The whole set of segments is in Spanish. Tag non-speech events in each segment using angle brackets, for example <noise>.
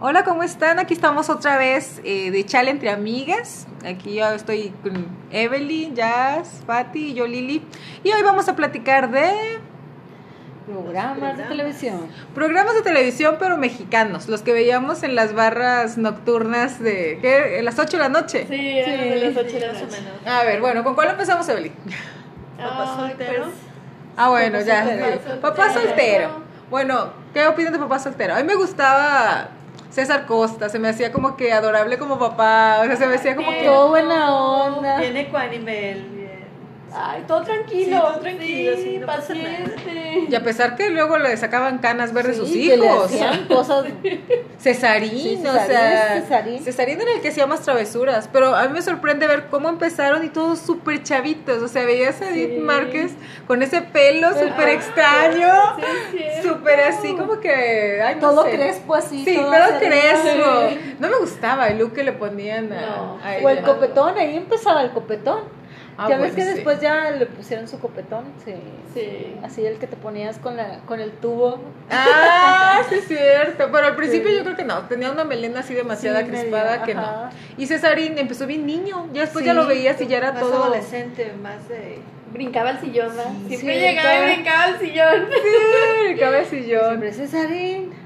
Hola, ¿cómo están? Aquí estamos otra vez eh, de Chale entre Amigas. Aquí yo estoy con Evelyn, Jazz, Fati y yo, Lili. Y hoy vamos a platicar de Programas de televisión. programas de televisión, pero mexicanos, los que veíamos en las barras nocturnas de ¿qué? ¿En las 8 de la noche. Sí, eran de las ocho de la más o noche. menos. A ver, bueno, ¿con cuál empezamos, Evelyn? Ay, pues, soltero. Ah, bueno, ya. soltero. sí. Papá soltero. Bueno, ¿qué opinan de papá soltero? A mí me gustaba César Costa, se me hacía como que adorable como papá, o sea, se me hacía como que... Todo buena onda. Bien ecuánime él, bien. Ay, todo tranquilo. Sí, todo tranquilo, sí, no pasa paciente. Y a pesar que luego le sacaban canas verdes a sus Sí, que le hijos. hacían <laughs> cosas. Cesarín, Sí, o Cesarín, sea. Cesarín. era el que hacía más travesuras. Pero a mí me sorprende ver cómo empezaron y todos súper chavitos. O sea, veías a Edith Márquez con ese pelo súper extraño. Súper así, como que. Ay, no Todo sé. crespo así. Sí, pero todo todo hacia crespo. arriba. No me gustaba el look que le ponían a, No. a O ella. el copetón, ahí empezaba el copetón. Ah, ya bueno, ves que sí. después ya le pusieron su copetón, sí. Sí. Así el que te ponías con la con el tubo. Ah, sí es cierto. Pero al principio Sí. yo creo que no. Tenía una melena así demasiada Sí, crispada medio, que no. ajá. Y Cesarín empezó bien niño. Ya después Pues Sí, ya lo veías y ya era más todo. adolescente, más de. Brincaba al sillón, ¿verdad? Sí, Siempre sí, llegaba todo. y brincaba al sillón. El cabecillón. Siempre Cesarín,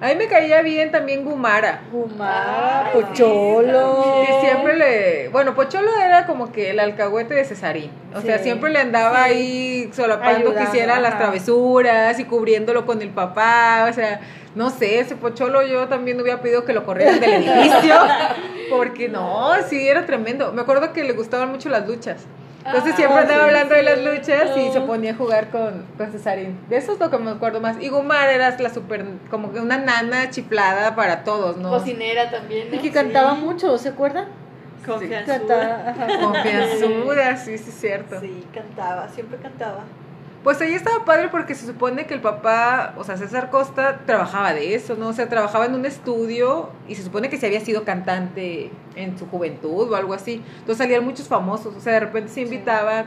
A mí me caía bien también Gumara. Ah, Gumara, Ay, sí, Pocholo. Que siempre le. Bueno, Pocholo era como que el alcahuete de Cesarín. O sea, Sí, siempre le andaba ahí solapando que Ayudando, hiciera las ajá. travesuras y cubriéndolo con el papá. O sea, no sé, ese Pocholo yo también hubiera pedido que lo corrieran del <laughs> edificio. Porque no, sí, era tremendo. Me acuerdo que le gustaban mucho las luchas. Entonces Ah, siempre andaba sí, hablando de las cierto. luchas y se ponía a jugar con, con Cesarín. De eso es lo que me acuerdo más. Y Gumar era la super, como que una nana chiflada para todos, ¿no? Pues Cocinera también. ¿no? Y que cantaba mucho, ¿se acuerdan? Confianzuda. Cantaba. ajá. Confianzuda, sí, sí, es cierto. Sí, cantaba, siempre cantaba. Pues ahí estaba padre porque se supone que el papá, o sea, César Costa, trabajaba de eso, ¿no? O sea, trabajaba en un estudio y se supone que se había sido cantante en su juventud o algo así. Entonces salían muchos famosos, o sea, de repente se invitaban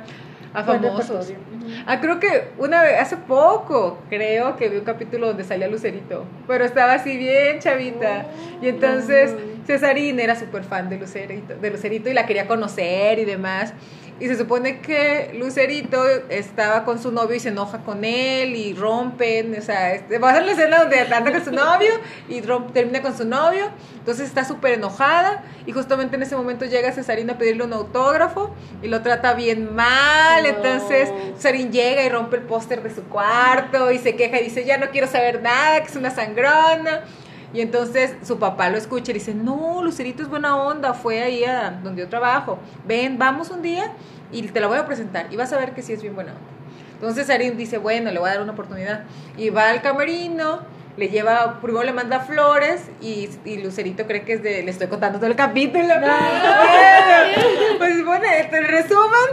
a Buen famosos. repertorio. Ujú. Ah, creo que una vez, hace poco, creo que vi un capítulo donde salía Lucerito, pero estaba así bien chavita. Y entonces Cesarín era súper fan de Lucerito, de Lucerito y la quería conocer y demás. Y se supone que Lucerito estaba con su novio y se enoja con él y rompen, o sea, este, va a ser la escena donde anda con su novio y rom- termina con su novio, entonces está súper enojada y justamente en ese momento llega Cesarín a pedirle un autógrafo y lo trata bien mal, No. entonces Sarin llega y rompe el póster de su cuarto y se queja y dice, ya no quiero saber nada, que es una sangrona. Y entonces su papá lo escucha y dice, no, Lucerito es buena onda, fue ahí a donde yo trabajo, ven, vamos un día y te la voy a presentar y vas a ver que sí es bien buena onda. Entonces Sarin dice, bueno, le voy a dar una oportunidad. Y va al camerino, le lleva, primero le manda flores y, y Lucerito cree que es de, le estoy contando todo el capítulo. Bueno, <laughs> pues bueno, este, en resumen,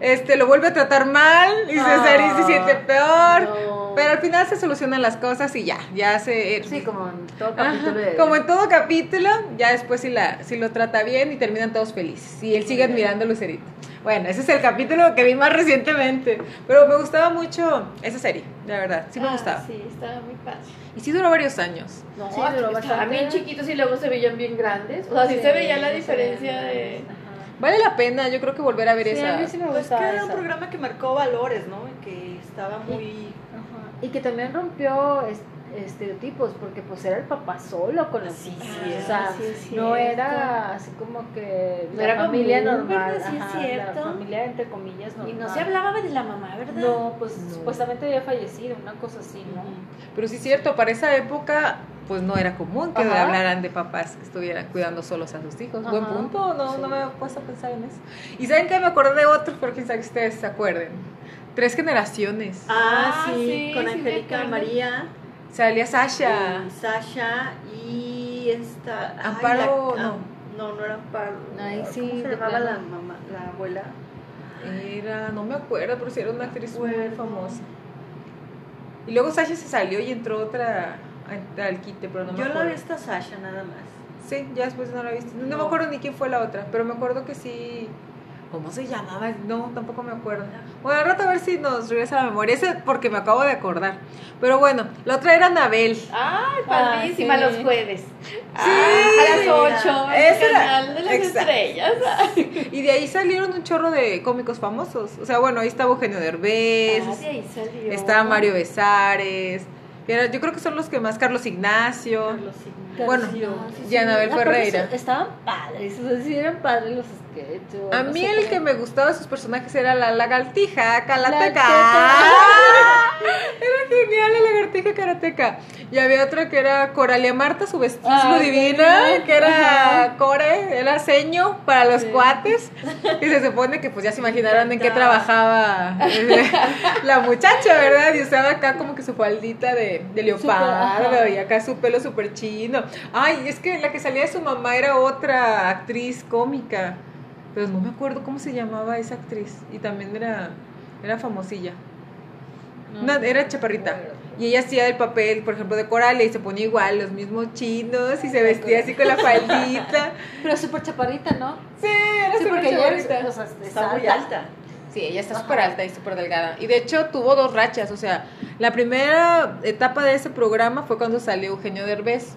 este, lo vuelve a tratar mal y Cesarín se Ah, siente peor. no. Pero al final se solucionan las cosas y ya, ya se... Sí, como en todo Ajá, capítulo de... como en todo capítulo, ya después si, la, si lo trata bien y terminan todos felices. Y él sigue admirando a Lucerito. Bueno, ese es el capítulo que vi más recientemente. Pero me gustaba mucho esa serie, la verdad. Sí me Ah, gustaba. Sí, estaba muy padre. Y sí duró varios años. No, Sí, duró estaban bastante. bien chiquitos y luego se veían bien grandes. O sea, sí, Sí, se veía la se diferencia veían de. Vale la pena, yo creo que volver a ver Sí, a esa. mí sí me Pues que gustaba era un esa. programa que marcó valores, ¿no? Y que estaba muy. Ajá. Y que también rompió es- estereotipos, porque pues era el papá solo con los Sí, hijos. sí, o sea, sí, es no cierto. era así como que No la era familia común, normal. ¿verdad? Sí, es ajá, cierto. La familia entre comillas normal. Y no se hablaba de la mamá, ¿verdad? No, pues No. supuestamente había fallecido, una cosa así, ¿no? Pero sí es cierto, para esa época, pues no era común que Ajá. hablaran de papás que estuvieran cuidando solos a sus hijos. Buen Ajá. punto, no, no Sí. me he puesto a pensar en eso. ¿Y saben qué? Me acordé de otro, pero quién sabe que ustedes se acuerden. Tres generaciones. Ah, Ah, sí, sí, con sí me Angélica acuerdo. María, Salía Sasha. y Sasha y esta. ay, Amparo, la- ah, no, no era Amparo. Ay, sí, ¿Cómo se de llamaba la plano. mamá, la abuela? Era, no me acuerdo, pero sí era una actriz muy Bueno. famosa. Y luego Sasha se salió y entró otra a- al quite, pero no me Yo acuerdo. la vi esta Sasha nada más. Sí, ya después no la viste. No, me No. acuerdo ni quién fue la otra, pero me acuerdo que sí ¿Cómo se llamaba? No, tampoco me acuerdo. Bueno, al rato a ver si nos regresa a la memoria. Ese porque me acabo de acordar. Pero bueno, la otra era Anabel. Ay, padrísima sí. los jueves. Sí. a las 8, el Esa era- canal de las exacto. estrellas. Ay, Y de ahí salieron un chorro de cómicos famosos. O sea, bueno, ahí estaba Eugenio Derbez, Ah, de ahí salió. estaba Mario Besares. Era- Yo creo que son los que más, Carlos Ignacio. Bueno, y Anabel ah, Aparte, Ferreira. eso- Estaban padres, o sea, sí eran padres los sketches. A no mí sé el qué. que me gustaba de sus personajes era la lagartija Lagartija. calateca. ¡Ah! <laughs> Era genial la lagartija karateca. Y había otra que era Coralia Marta, su vestido Ah, divina, sí, que era ajá. Core, era seño para los cuates. Y se supone que pues ya se imaginaron en qué trabajaba <laughs> la muchacha, ¿verdad? Y usaba acá como que su faldita de, de leopardo ajá. y acá su pelo súper chino. Ay, es que la que salía de su mamá era otra actriz cómica. Pero no me acuerdo cómo se llamaba esa actriz. Y también era, era famosilla. Una- era chaparrita. Y ella hacía el papel, por ejemplo, de Coralia y se ponía igual, los mismos chinos y se vestía así con la faldita. Pero súper chaparrita, ¿no? Sí, era Sí, súper porque ella es- chaparrita. o sea, es Está muy alta. alta. Sí, ella está súper alta y súper delgada. Y de hecho tuvo dos rachas. O sea, la primera etapa de ese programa fue cuando salió Eugenio Derbez.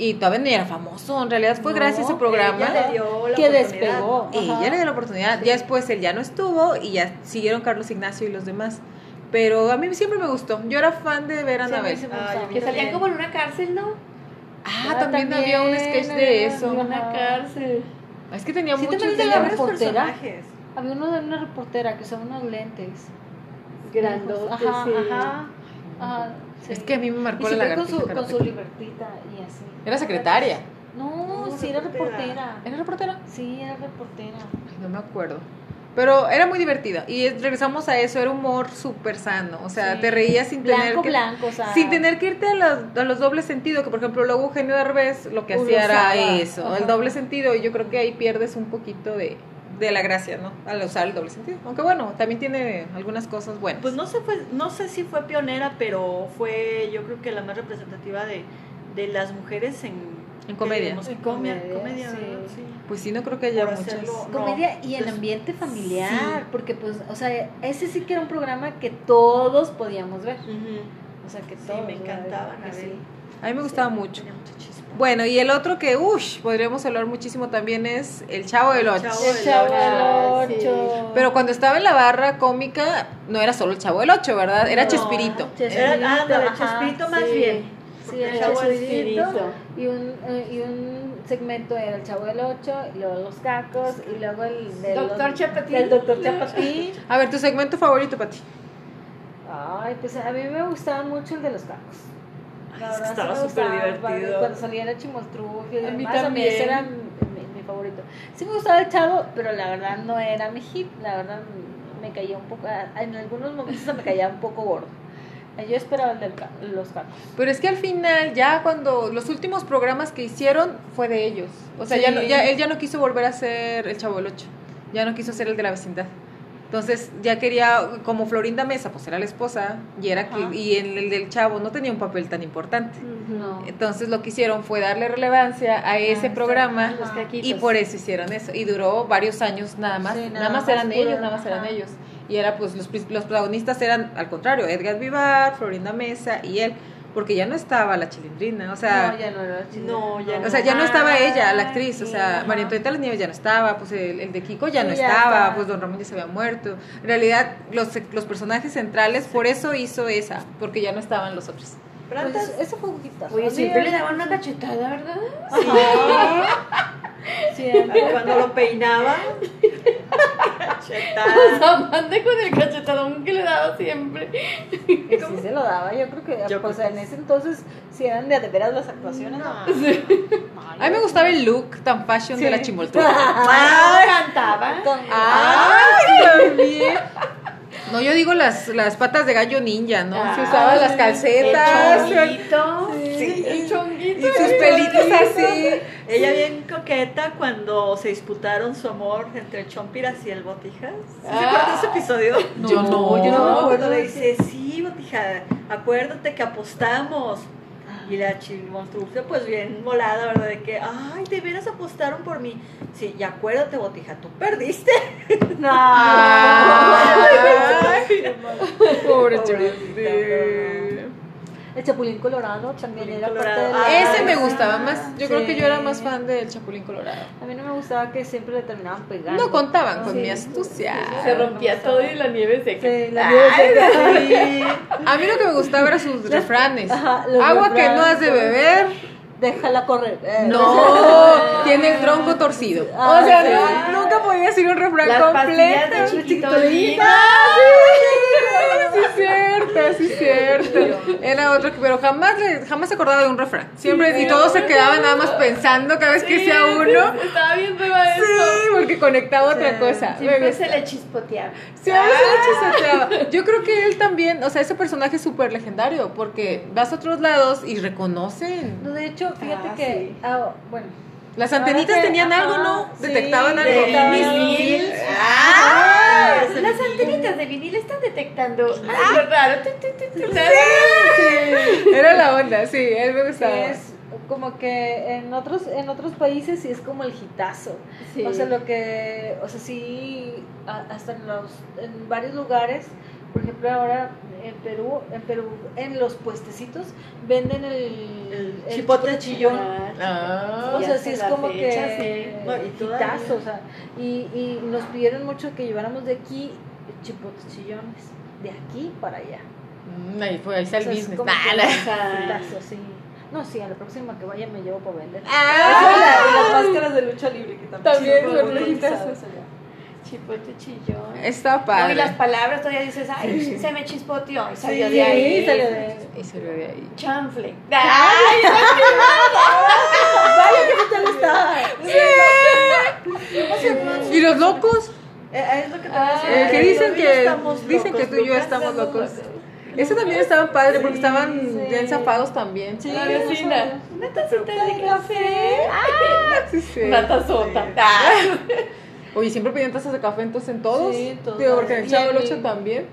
Y todavía ni era famoso. En realidad fue No, gracias a ese programa. Ella le dio la Que oportunidad. despegó. Ajá. Ella le dio la oportunidad. Ya después él ya no estuvo y ya siguieron Carlos Ignacio y los demás. Pero a mí siempre me gustó. Yo era fan de ver a Sí, a mí Anabel. sí me Ay, gustaba. a mí que salían también. como en una cárcel, ¿no? Ah, también, había un sketch de había eso. uno. Una Ajá. cárcel. Es que tenía Sí, te muchos parece de la ellos. red? Varios reportera. personajes. Había uno de una reportera que usaba unos lentes. Grandotes. Ajá, sí. ajá. Ajá, sí. Es que a mí me Y marcó la siempre con su, lagartija. con su karateca. libertita y así. Era secretaria. No, No, sí, era reportera. reportera. ¿Era reportera? Sí, era reportera. Ay, No me acuerdo. Pero era muy divertida. Y es- regresamos a eso, era humor súper sano. O sea, Sí. te reías sin tener Blanco, que... blanco, o sea. Sin tener que irte a los, a los dobles sentidos, que por ejemplo luego Eugenio Derbez lo que Lo hacía era usaba, eso, ajá. el doble sentido, y yo creo que ahí pierdes un poquito de, de la gracia, ¿no? Al usar el doble sentido. Aunque bueno, también tiene algunas cosas buenas. Pues no sé, fue, no sé si fue pionera, pero fue yo creo que la más representativa de, de las mujeres en, En comedia. digamos, En comedia, comedia, comedia, sí. ¿verdad? Sí. Pues sí, no creo que haya eh, Por muchas. hacerlo- No. Comedia y el Pues, ambiente familiar, sí. porque pues, o sea, ese sí que era un programa que todos podíamos ver. Ujú. O sea, que Sí, todos. me ¿verdad? encantaban, Que a ver. A mí me gustaba mucho. Tenía mucha chispa. Bueno, y el otro que, uff, podríamos hablar muchísimo también es El Chavo del Ocho. Chavo. El chavo Ah, del sí. Ocho. Pero cuando estaba en la barra cómica, no era solo El Chavo del Ocho, ¿verdad? Era No, Chespirito. Chespirito, Eh, Era, ah, no, el ajá, Chespirito más sí. bien. Sí, Porque el el Chavo del Chespirito. Ocho. Y un, eh, y un segmento era el Chavo del Ocho, y luego los cacos, y luego el del Doctor Chapatín. El Doctor Chapatín. A ver, tu segmento favorito, Pati. Ay, pues a mí me gustaba mucho el de los cacos. Ay, es que sí me estaba súper gustaba, padre, divertido. Cuando salía la chimoltrufia y A mí demás, a mí ese también. era mi, mi- mi favorito. Sí me gustaba el chavo, pero la verdad no era mi hit. La verdad me caía un poco, en algunos momentos me caía un poco gordo. Yo esperaba el de los cacos. Pero es que al final, ya cuando los últimos programas que hicieron fue de ellos. O sea, ya, no- ya- él ya no quiso volver a ser el Chavo del Ocho. Ya no quiso ser el de la vecindad. Entonces ya quería, como Florinda Mesa, pues era la esposa, y era que, Ajá. y en el del chavo no tenía un papel tan importante. No. Entonces lo que hicieron fue darle relevancia a ese Ah, programa exacto. Los Ajá. caquitos. y por eso hicieron eso. Y duró varios años nada más. Sí, nada, nada más, más eran puro, ellos, nada más eran ajá. ellos. Y era pues los, pris- los protagonistas eran al contrario, Edgar Vivar, Florinda Mesa y él, porque ya no estaba la chilindrina, o sea, no, ya no era chile. No, ya no. o sea, ya no estaba ella, la Ah, actriz, o sí, sea, ajá. María Antonieta de las Nieves ya no estaba, pues el, el de Kiko ya Sí, no ya estaba, estaba. pues Don Ramón ya se había muerto. En realidad, los, los personajes centrales, por eso hizo esa, porque ya no estaban los otros. Pero Pues, antes, eso fue un poquito. Oye, A mí siempre le era- daban una cachetada, <laughs> ¿verdad? Ajá. Siempre. <laughs> cuando lo peinaba, O cachetada. <laughs> sea, mande con el cachetadón que le daba siempre. Que sí se lo daba, yo creo que Yo pues, creo que en ese entonces si eran de a de veras las actuaciones. No. A mí me gustaba el look tan fashion de la <laughs> chimoltrufia. Ah, cantaba. Con- ¡Ay, también! No, yo digo las, las patas de gallo ninja, ¿no? Ah, Se usaban las calcetas. El chonguito. Sí. El Y chonguito. sus pelitos así. Ella bien coqueta cuando se disputaron su amor entre el Chompiras y el Botijas. ¿Sí ¿Se acuerdan de ese episodio? Yo no, Pues yo no me Cuando acuerdo. le dice, sí, Botija, acuérdate que apostamos. Y la chimoltrufia, pues bien volada, ¿verdad? De que, ay, de veras apostaron por mí. Sí, y acuérdate, botija, tú perdiste. Pobre Pobrecita, Chapulín. El chapulín colorado también Chapulín era colorado. parte de la- Ese me gustaba más. Yo creo que Sí. yo era más fan del Chapulín Colorado. A mí no me gustaba que siempre le terminaban pegando. No contaban con Sí. mi astucia. Se rompía todo y la nieve seca. Sí, la vida A mí lo que me gustaba eran sus refranes. ajá, los Agua que no has de refranes. beber. Déjala correr. eh. No, <laughs> tiene el tronco torcido. Ah, o sea, sí. no- nunca podía decir un refrán Las pastillas completo. Ah, de chiquitolina. Sí, es cierto, sí, es cierto. Era otro, que- pero jamás, le- jamás se acordaba de un refrán. Siempre, y todos se quedaban nada más pensando cada vez que sea uno. Estaba bien pegado eso. Sí, porque conectaba otra cosa. Me Siempre gusta. se le chispoteaba. Sí, a veces le chisoteaba. Yo creo que él también, o sea, ese personaje es súper legendario porque vas a otros lados y reconocen. No, de hecho, <laughs> fíjate Ah, que. sí. ah, bueno. Las antenitas Ahora que- tenían algo, ajá, ¿no? sí, Detectaban algo. detectaban Miss algo. Mills. Ah, las antenitas de vinil están detectando algo raro. Tu, tu, tu, tu, Era la onda, sí, él me que gustaba. es como que en otros, en otros países sí es como el hitazo. Sí. O sea, lo que, o sea, sí, a- hasta en, los, en varios lugares, por ejemplo, ahora en Perú, en Perú, en los puestecitos venden el, El el chipote chillón. Ah. O Y sea, hasta sí es la como fecha, que sí. No, y todavía. hitazo, o sea, y, y nos pidieron mucho que lleváramos de aquí chipotes chillones, de aquí para allá. Mm, Ahí fue, ahí está el O sea, es business. como Ah, que- la- Hitazo, sí. No, sí, a la próxima que vaya me llevo para vender. Ah. Eso y la- y las máscaras de lucha libre que también, También son son cotizadas hitazo. allá. Chipote chillón. Está No, y Eh, padre. las palabras todavía dices, ay, se me chispoteó. Y salió Sí, de ahí. salió de ahí. Y salió Ah, de ahí. Chanfle. Ah, Ay, Vaya que se te gusta. ¿Y los locos? Eh, eh, es lo que te voy a decir. Eh, que Tú y dicen yo estamos que, dicen que locos, tú y yo Lucas. estamos locos. Eso también estaba padre porque estaban sí. bien zafados también. Sí, La vecina. Una pues, tacita de café. Ah, sí, sí. Una tazota. Ah. Oye, siempre pedían tazas de café entonces en todos. Sí, en todos. Digo, porque en el Y Chavo el- del Ocho también.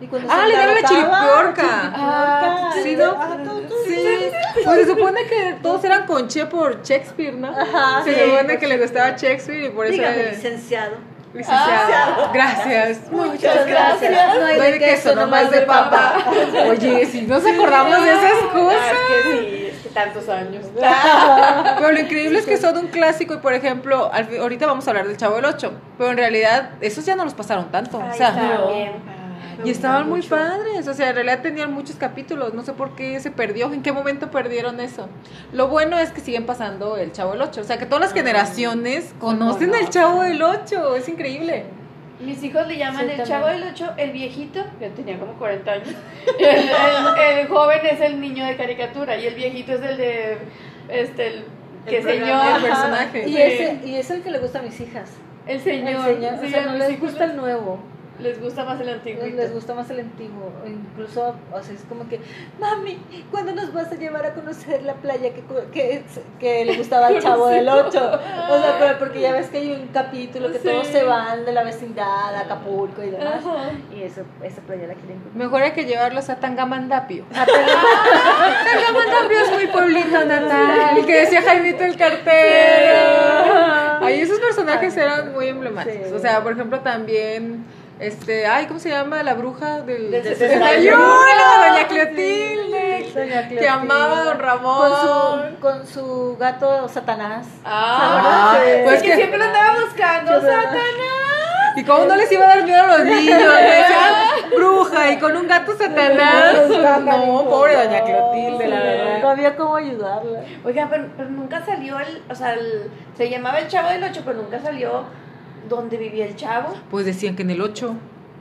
Y cuando Ah, se le daban la embarazaba, chiripiorca. Ah, chiripiorca. Sí, ¿no? Ajá, todo, todo. Sí. Pues se supone que todos eran con Che por Shakespeare, ¿no? Ajá, se sí, supone que le gustaba Shakespeare y por eso Dígame, era licenciado. licenciado. Ah. Gracias. Muchas gracias. No hay de queso, nomás de papa. Oye, si nos acordamos de esas Ah, cosas. Ah, es que sí, es que tantos años. Pero lo increíble es que son un clásico y, por ejemplo, al fi- ahorita vamos a hablar del Chavo del Ocho, pero en realidad esos ya no los pasaron tanto. o Ay, sea, también. Y estaban muy padres, o sea, en realidad tenían muchos capítulos, no sé por qué se perdió, en qué momento perdieron eso. Lo bueno es que siguen pasando el Chavo del Ocho, o sea, que todas las generaciones conocen el conocen. Chavo del Ocho, es increíble. Mis hijos le llaman Sí, el también. chavo del 8, el viejito. Yo tenía como 40 años. El, el- el joven es el niño de caricatura y el viejito es el de. Este, el, que programa, señor. el personaje. Y, Sí. ese, y es el que le gusta a mis hijas. El El señor. señor, Sí, o sea, a no mis les hijos gusta el nuevo. les gusta más el antiguo. Les gusta más el antiguo. O Incluso, o sea, es como que, mami, ¿cuándo nos vas a llevar a conocer la playa que, cu- que, que le gustaba al chavo del 8? O sea, pero porque ya ves que hay un capítulo que Sí. todos se van de la vecindad a Acapulco y demás. Y eso, esa playa la quieren Mejor hay que llevarlos a <laughs> Tangamandapio. Ah, Tangamandapio es muy pueblito natal, que decía Jaimito el cartero. Ahí esos personajes eran muy emblemáticos, Sí. o sea, por ejemplo, también... Este, ay, ¿cómo se llama? La bruja del, Del desayuno, doña Cleotilde. Doña Que amaba a don Ramón. Con su, con su gato Satanás. Ah, Sí. pues Pues que, que- siempre lo andaba buscando. Sí, ¿verdad? Satanás. ¿Y cómo no les iba a dar miedo a los niños? Le <laughs> decían, bruja y con un gato satanás. No, pobre doña Clotilde, la No verdad. había cómo ayudarla. Oiga, pero, pero nunca salió el. O sea, el- se llamaba el chavo del 8, pero nunca salió donde vivía el chavo. Pues decían que en el 8.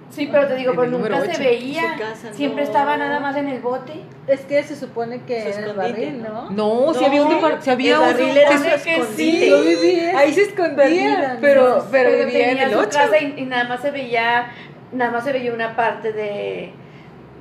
Sí, pero te digo, En pero el número nunca se ocho. veía. Su casa, Siempre no. estaba nada más en el bote. Es que se supone que Su era el escondite, barril, ¿no? No, si Oh, había un depar- si había el un barril era se- Supone su que escondite. sí. Yo vivía. Ahí se escondía, Perdida, pero, no. pero vivía en tenía el su 8. casa y, y nada más se veía, nada más se veía una parte de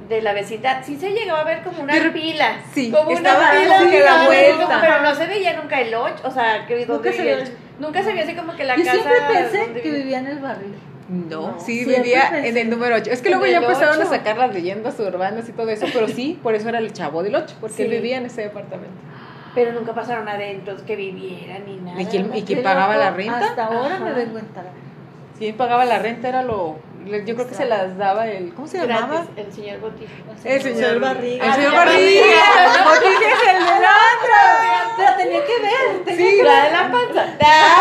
de la vecindad. Sí se llegó a ver como una Pero- pila. sí, como estaba así que la como- vuelta. Pero no se veía nunca el 8, o sea, que Nunca donde se vivía- veía. Nunca se veía así como que la Yo casa. siempre pensé donde que vivía. vivía en el barrio. No, No, sí, siempre vivía pensé. en el número 8. Es que En luego ya el empezaron a ocho. sacar las leyendas urbanas y todo eso, pero sí, por eso era el chavo del 8, porque él Sí. vivía en ese departamento. Pero nunca pasaron adentro, que vivieran ni nada. ¿Y quién- y ¿no? quién Qué pagaba loco, la renta? Hasta ahora me Ajá. vengo a enterar. Quien pagaba la renta era lo. le- Yo creo que se las daba el. ¿Cómo se llamaba? Gratis, el señor Botija. O sea, El señor señor Barriga. El Ah, señor señor Barriga. Barriga. Botija es el del otro. Pero tenía que ver, tenía Sí. que La de la panza.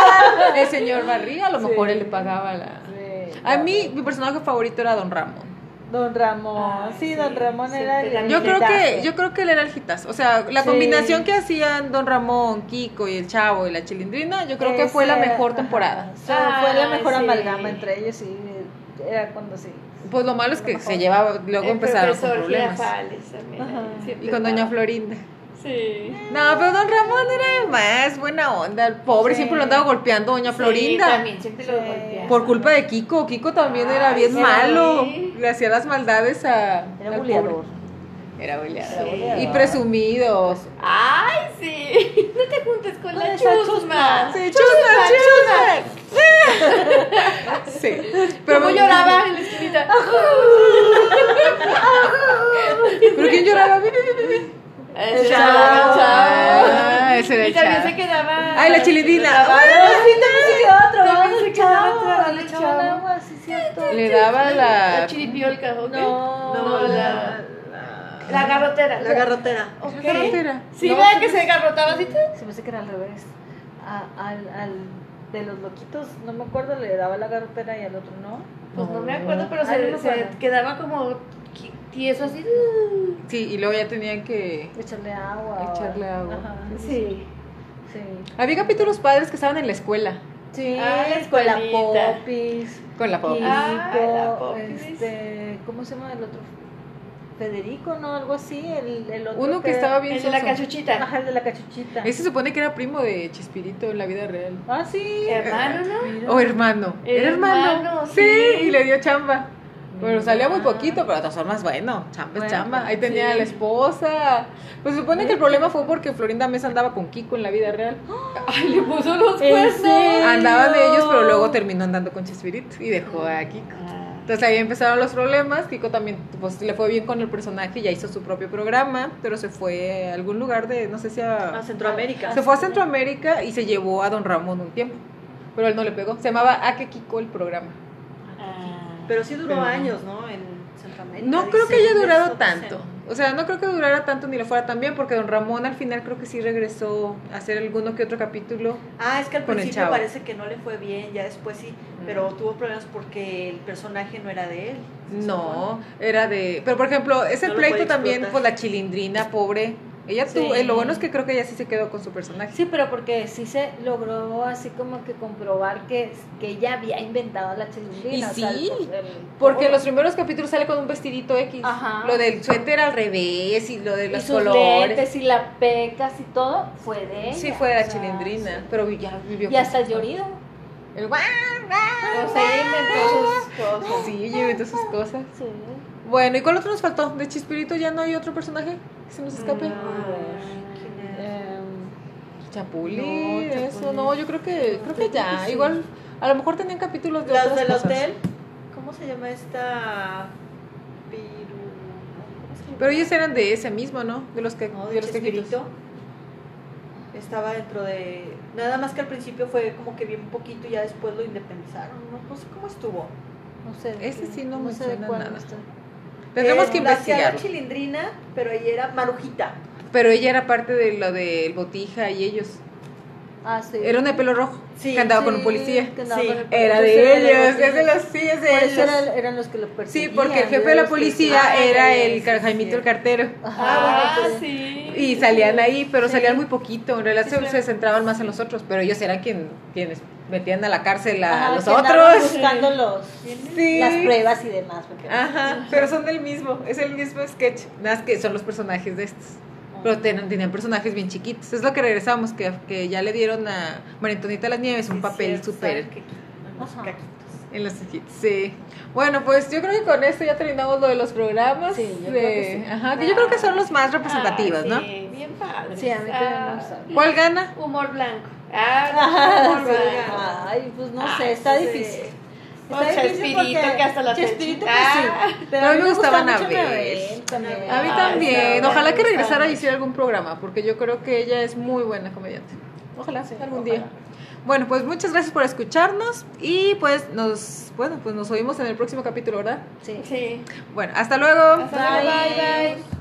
El señor Barriga, a lo mejor él le pagaba la. ver. A mí, mi personaje favorito era Don Ramón. Don Ramón, Ay, sí, sí, Don Ramón siempre era el también. Yo creo que hitazo. yo creo que él era el hitazo. O sea, la Sí. combinación que hacían Don Ramón, Kiko y el Chavo y la Chilindrina, yo creo que fue la Ese- mejor ajá. temporada. Sí, fue la Ay, mejor sí. amalgama entre ellos, sí. Era cuando sí. Pues lo malo es que Mejor. se llevaba, <laughs> luego El empezaron con profesor problemas. Girafales también, Ajá. siempre Y con Doña estaba. Florinda. Sí. No, pero Don Ramón era más buena onda. El pobre Sí. siempre lo andaba golpeando Doña Florinda. Sí, también siempre lo Sí. golpeaba. Por culpa de Kiko. Kiko también era Ay, bien sí. malo. Le hacía las maldades a. Era al buleador. pobre. Era buleador. Sí. Y presumido. Ay, sí. <laughs> No te juntes con la Esa chusma. chusma. Sí, chusma, chusma. Sí. Pero Como me- lloraba en la esquinita. ¿Pero quién lloraba? Ese Chao. chavo, chao. Ah, ese era Y el también chavo. se quedaba. Ay, la chilindrina. Ay, Se quedaba trabado el También se quedaba chavo, trabado le el echaban chavo. agua, sí, cierto. Le daba La la. chiripiolca, ¿ok? No, No, la. La garrotera. La garrotera. Ok. ¿Qué carretera? Sí, No, ¿verdad se que me- se garrotaba así? pues, Se me hace que era al revés. A- al, al de los loquitos, no me acuerdo, le daba la garrotera y al otro no. Pues no me acuerdo, pero Ah, se, no me se acuerdo. quedaba como qui- tieso así. Sí, y luego ya tenían que. Echarle agua. Echarle agua. Ajá, Sí. Sí. Había capítulos padres que estaban en la escuela. Sí, Ah, la con la Ah, escuelita. popis. Con la Kiko, pobre. Ay, la popis. este, ¿cómo se llama el otro? Federico, ¿no? Algo así, el, el otro. Uno que estaba bien El de la soso. cachuchita. Ajá, el de la cachuchita. Ese se supone que era primo de Chespirito en la vida real. Ah, sí. Hermano, ¿no? Mira. O hermano. Era hermano. Hermano, sí. sí. y le dio chamba. Pero Mira. salía muy poquito, pero de todas formas, bueno, chamba es Bueno, chamba. Ahí tenía sí. a la esposa. Pues se supone que el problema fue porque Florinda Mesa andaba con Kiko en la vida real. Ay, le puso los ¿En serio? Andaban de ellos, pero luego terminó andando con Chespirito y dejó a Kiko. Ah. Entonces ahí empezaron los problemas. Kiko también pues, le fue bien con el personaje, ya hizo su propio programa, pero se fue a algún lugar de, no sé si A Centroamérica. Se fue a Centroamérica y se llevó a Don Ramón un tiempo. Pero él no le pegó. Se llamaba Ake Kiko el programa. Ah. Pero sí duró Pero- años, ¿no? En Centroamérica. No creo que haya dicen, durado eso tanto. dicen. O sea, no creo que durara tanto ni le fuera tan bien, porque Don Ramón al final creo que sí regresó a hacer alguno que otro capítulo. Ah, es que al Con el principio chavo. Mm. parece que no le fue bien, ya después sí, pero tuvo problemas porque el personaje no era de él. se supone. No, era de. Pero por ejemplo, ese No lo pleito puede también, explotar. pues la chilindrina, pobre. Ella tuvo. Sí. eh, lo bueno es que creo que ella sí se quedó con su personaje. Sí, pero porque sí se logró así como que comprobar que, que ella había inventado la chilindrina. Y o sea, sí, el- el- Porque en todo. los primeros capítulos sale con un vestidito X. Oh. Ajá. Lo del suéter al revés y lo de y los sus colores. lentes y la pecas y todo fue de ella. Sí, fue de la o sea, chilindrina, sí. pero ya vivió. Y con hasta su el llorido. papá. El guau, guau. O sea, ella inventó sus <laughs> cosas. Sí, ella inventó sus cosas. Sí. Bueno, ¿y cuál otro nos faltó? ¿De Chispirito ya no hay otro personaje que se nos escape? Chapulín, No, eso, Chapulín. no, yo creo que, creo que Yo creo ya. que sí. Igual, a lo mejor tenían capítulos de Las otras del cosas. hotel. ¿Cómo se llama esta? Piru. ¿cómo se llama? Pero ellos eran de ese mismo, ¿no? De los que, No, de, de los Chespirito. quejitos. Estaba dentro de. Nada más que al principio fue como que bien poquito y ya después lo independizaron. No, no sé cómo estuvo. No sé. de Ese qué- sí no me sé de suena cuál nada. me está- Tendremos Eh, que la hacía investigar. La chilindrina, pero ella era marujita. Pero ella era parte de lo del botija y ellos. Ah, sí. Era una de pelo rojo Sí, que andaba con Sí, un policía. que andaba Sí, con el- Era entonces de ellos, los- es de los, sí, es de Por ellos. eso eran, eran los que lo Sí, perseguían. porque el jefe de eran la los que- policía Ah, era ya, ya, el sí, car- sí, Jaimito el cierto. cartero. Ajá, Ah, bueno, pues, sí. Y salían ahí, pero Sí. salían muy poquito. En realidad Sí, se- sí. se, centraban más en los otros, pero ellos eran quien, quienes metían a la cárcel a ajá, los Ah, que andaban otros. Buscando los, <laughs> Sí. Ah. las pruebas y demás. Porque Ajá, pero son del mismo, es el mismo sketch. Nada más que son los personajes de estos. Pero ten- tenían personajes bien chiquitos. Es lo que regresamos, que, que ya le dieron a María Antonieta de las Nieves un Sí, papel cierto, súper. saben que- unos Ajá. caquitos. En los sí. Bueno, pues yo creo que con esto ya terminamos lo de los programas. Sí, yo de- creo que sí. Ajá, que yo creo que son los más representativos, Ah, ¿no? Sí, bien padre. Ah, Sí, a mí también me gusta. ¿Cuál gana? Humor blanco. Ah, Ah, humor sí. blanco. Ay, pues no Ah, sé, está sí. difícil. O Está difícil Chespirito, porque- que hasta la Chespirito, fecha. pues sí. Ah. Pero a mí me gusta gustaba mucho Anabel. Anabel también. A mí Ay, también. está Ah, Ojalá que bueno, regresara está y hiciera algún programa, porque yo creo que ella es muy buena comediante. Ojalá, algún día. ojalá. Bueno, pues muchas gracias por escucharnos y pues nos, bueno, pues nos oímos en el próximo capítulo, ¿verdad? Sí. Sí. Bueno, hasta luego. Hasta luego, Bye. bye, bye.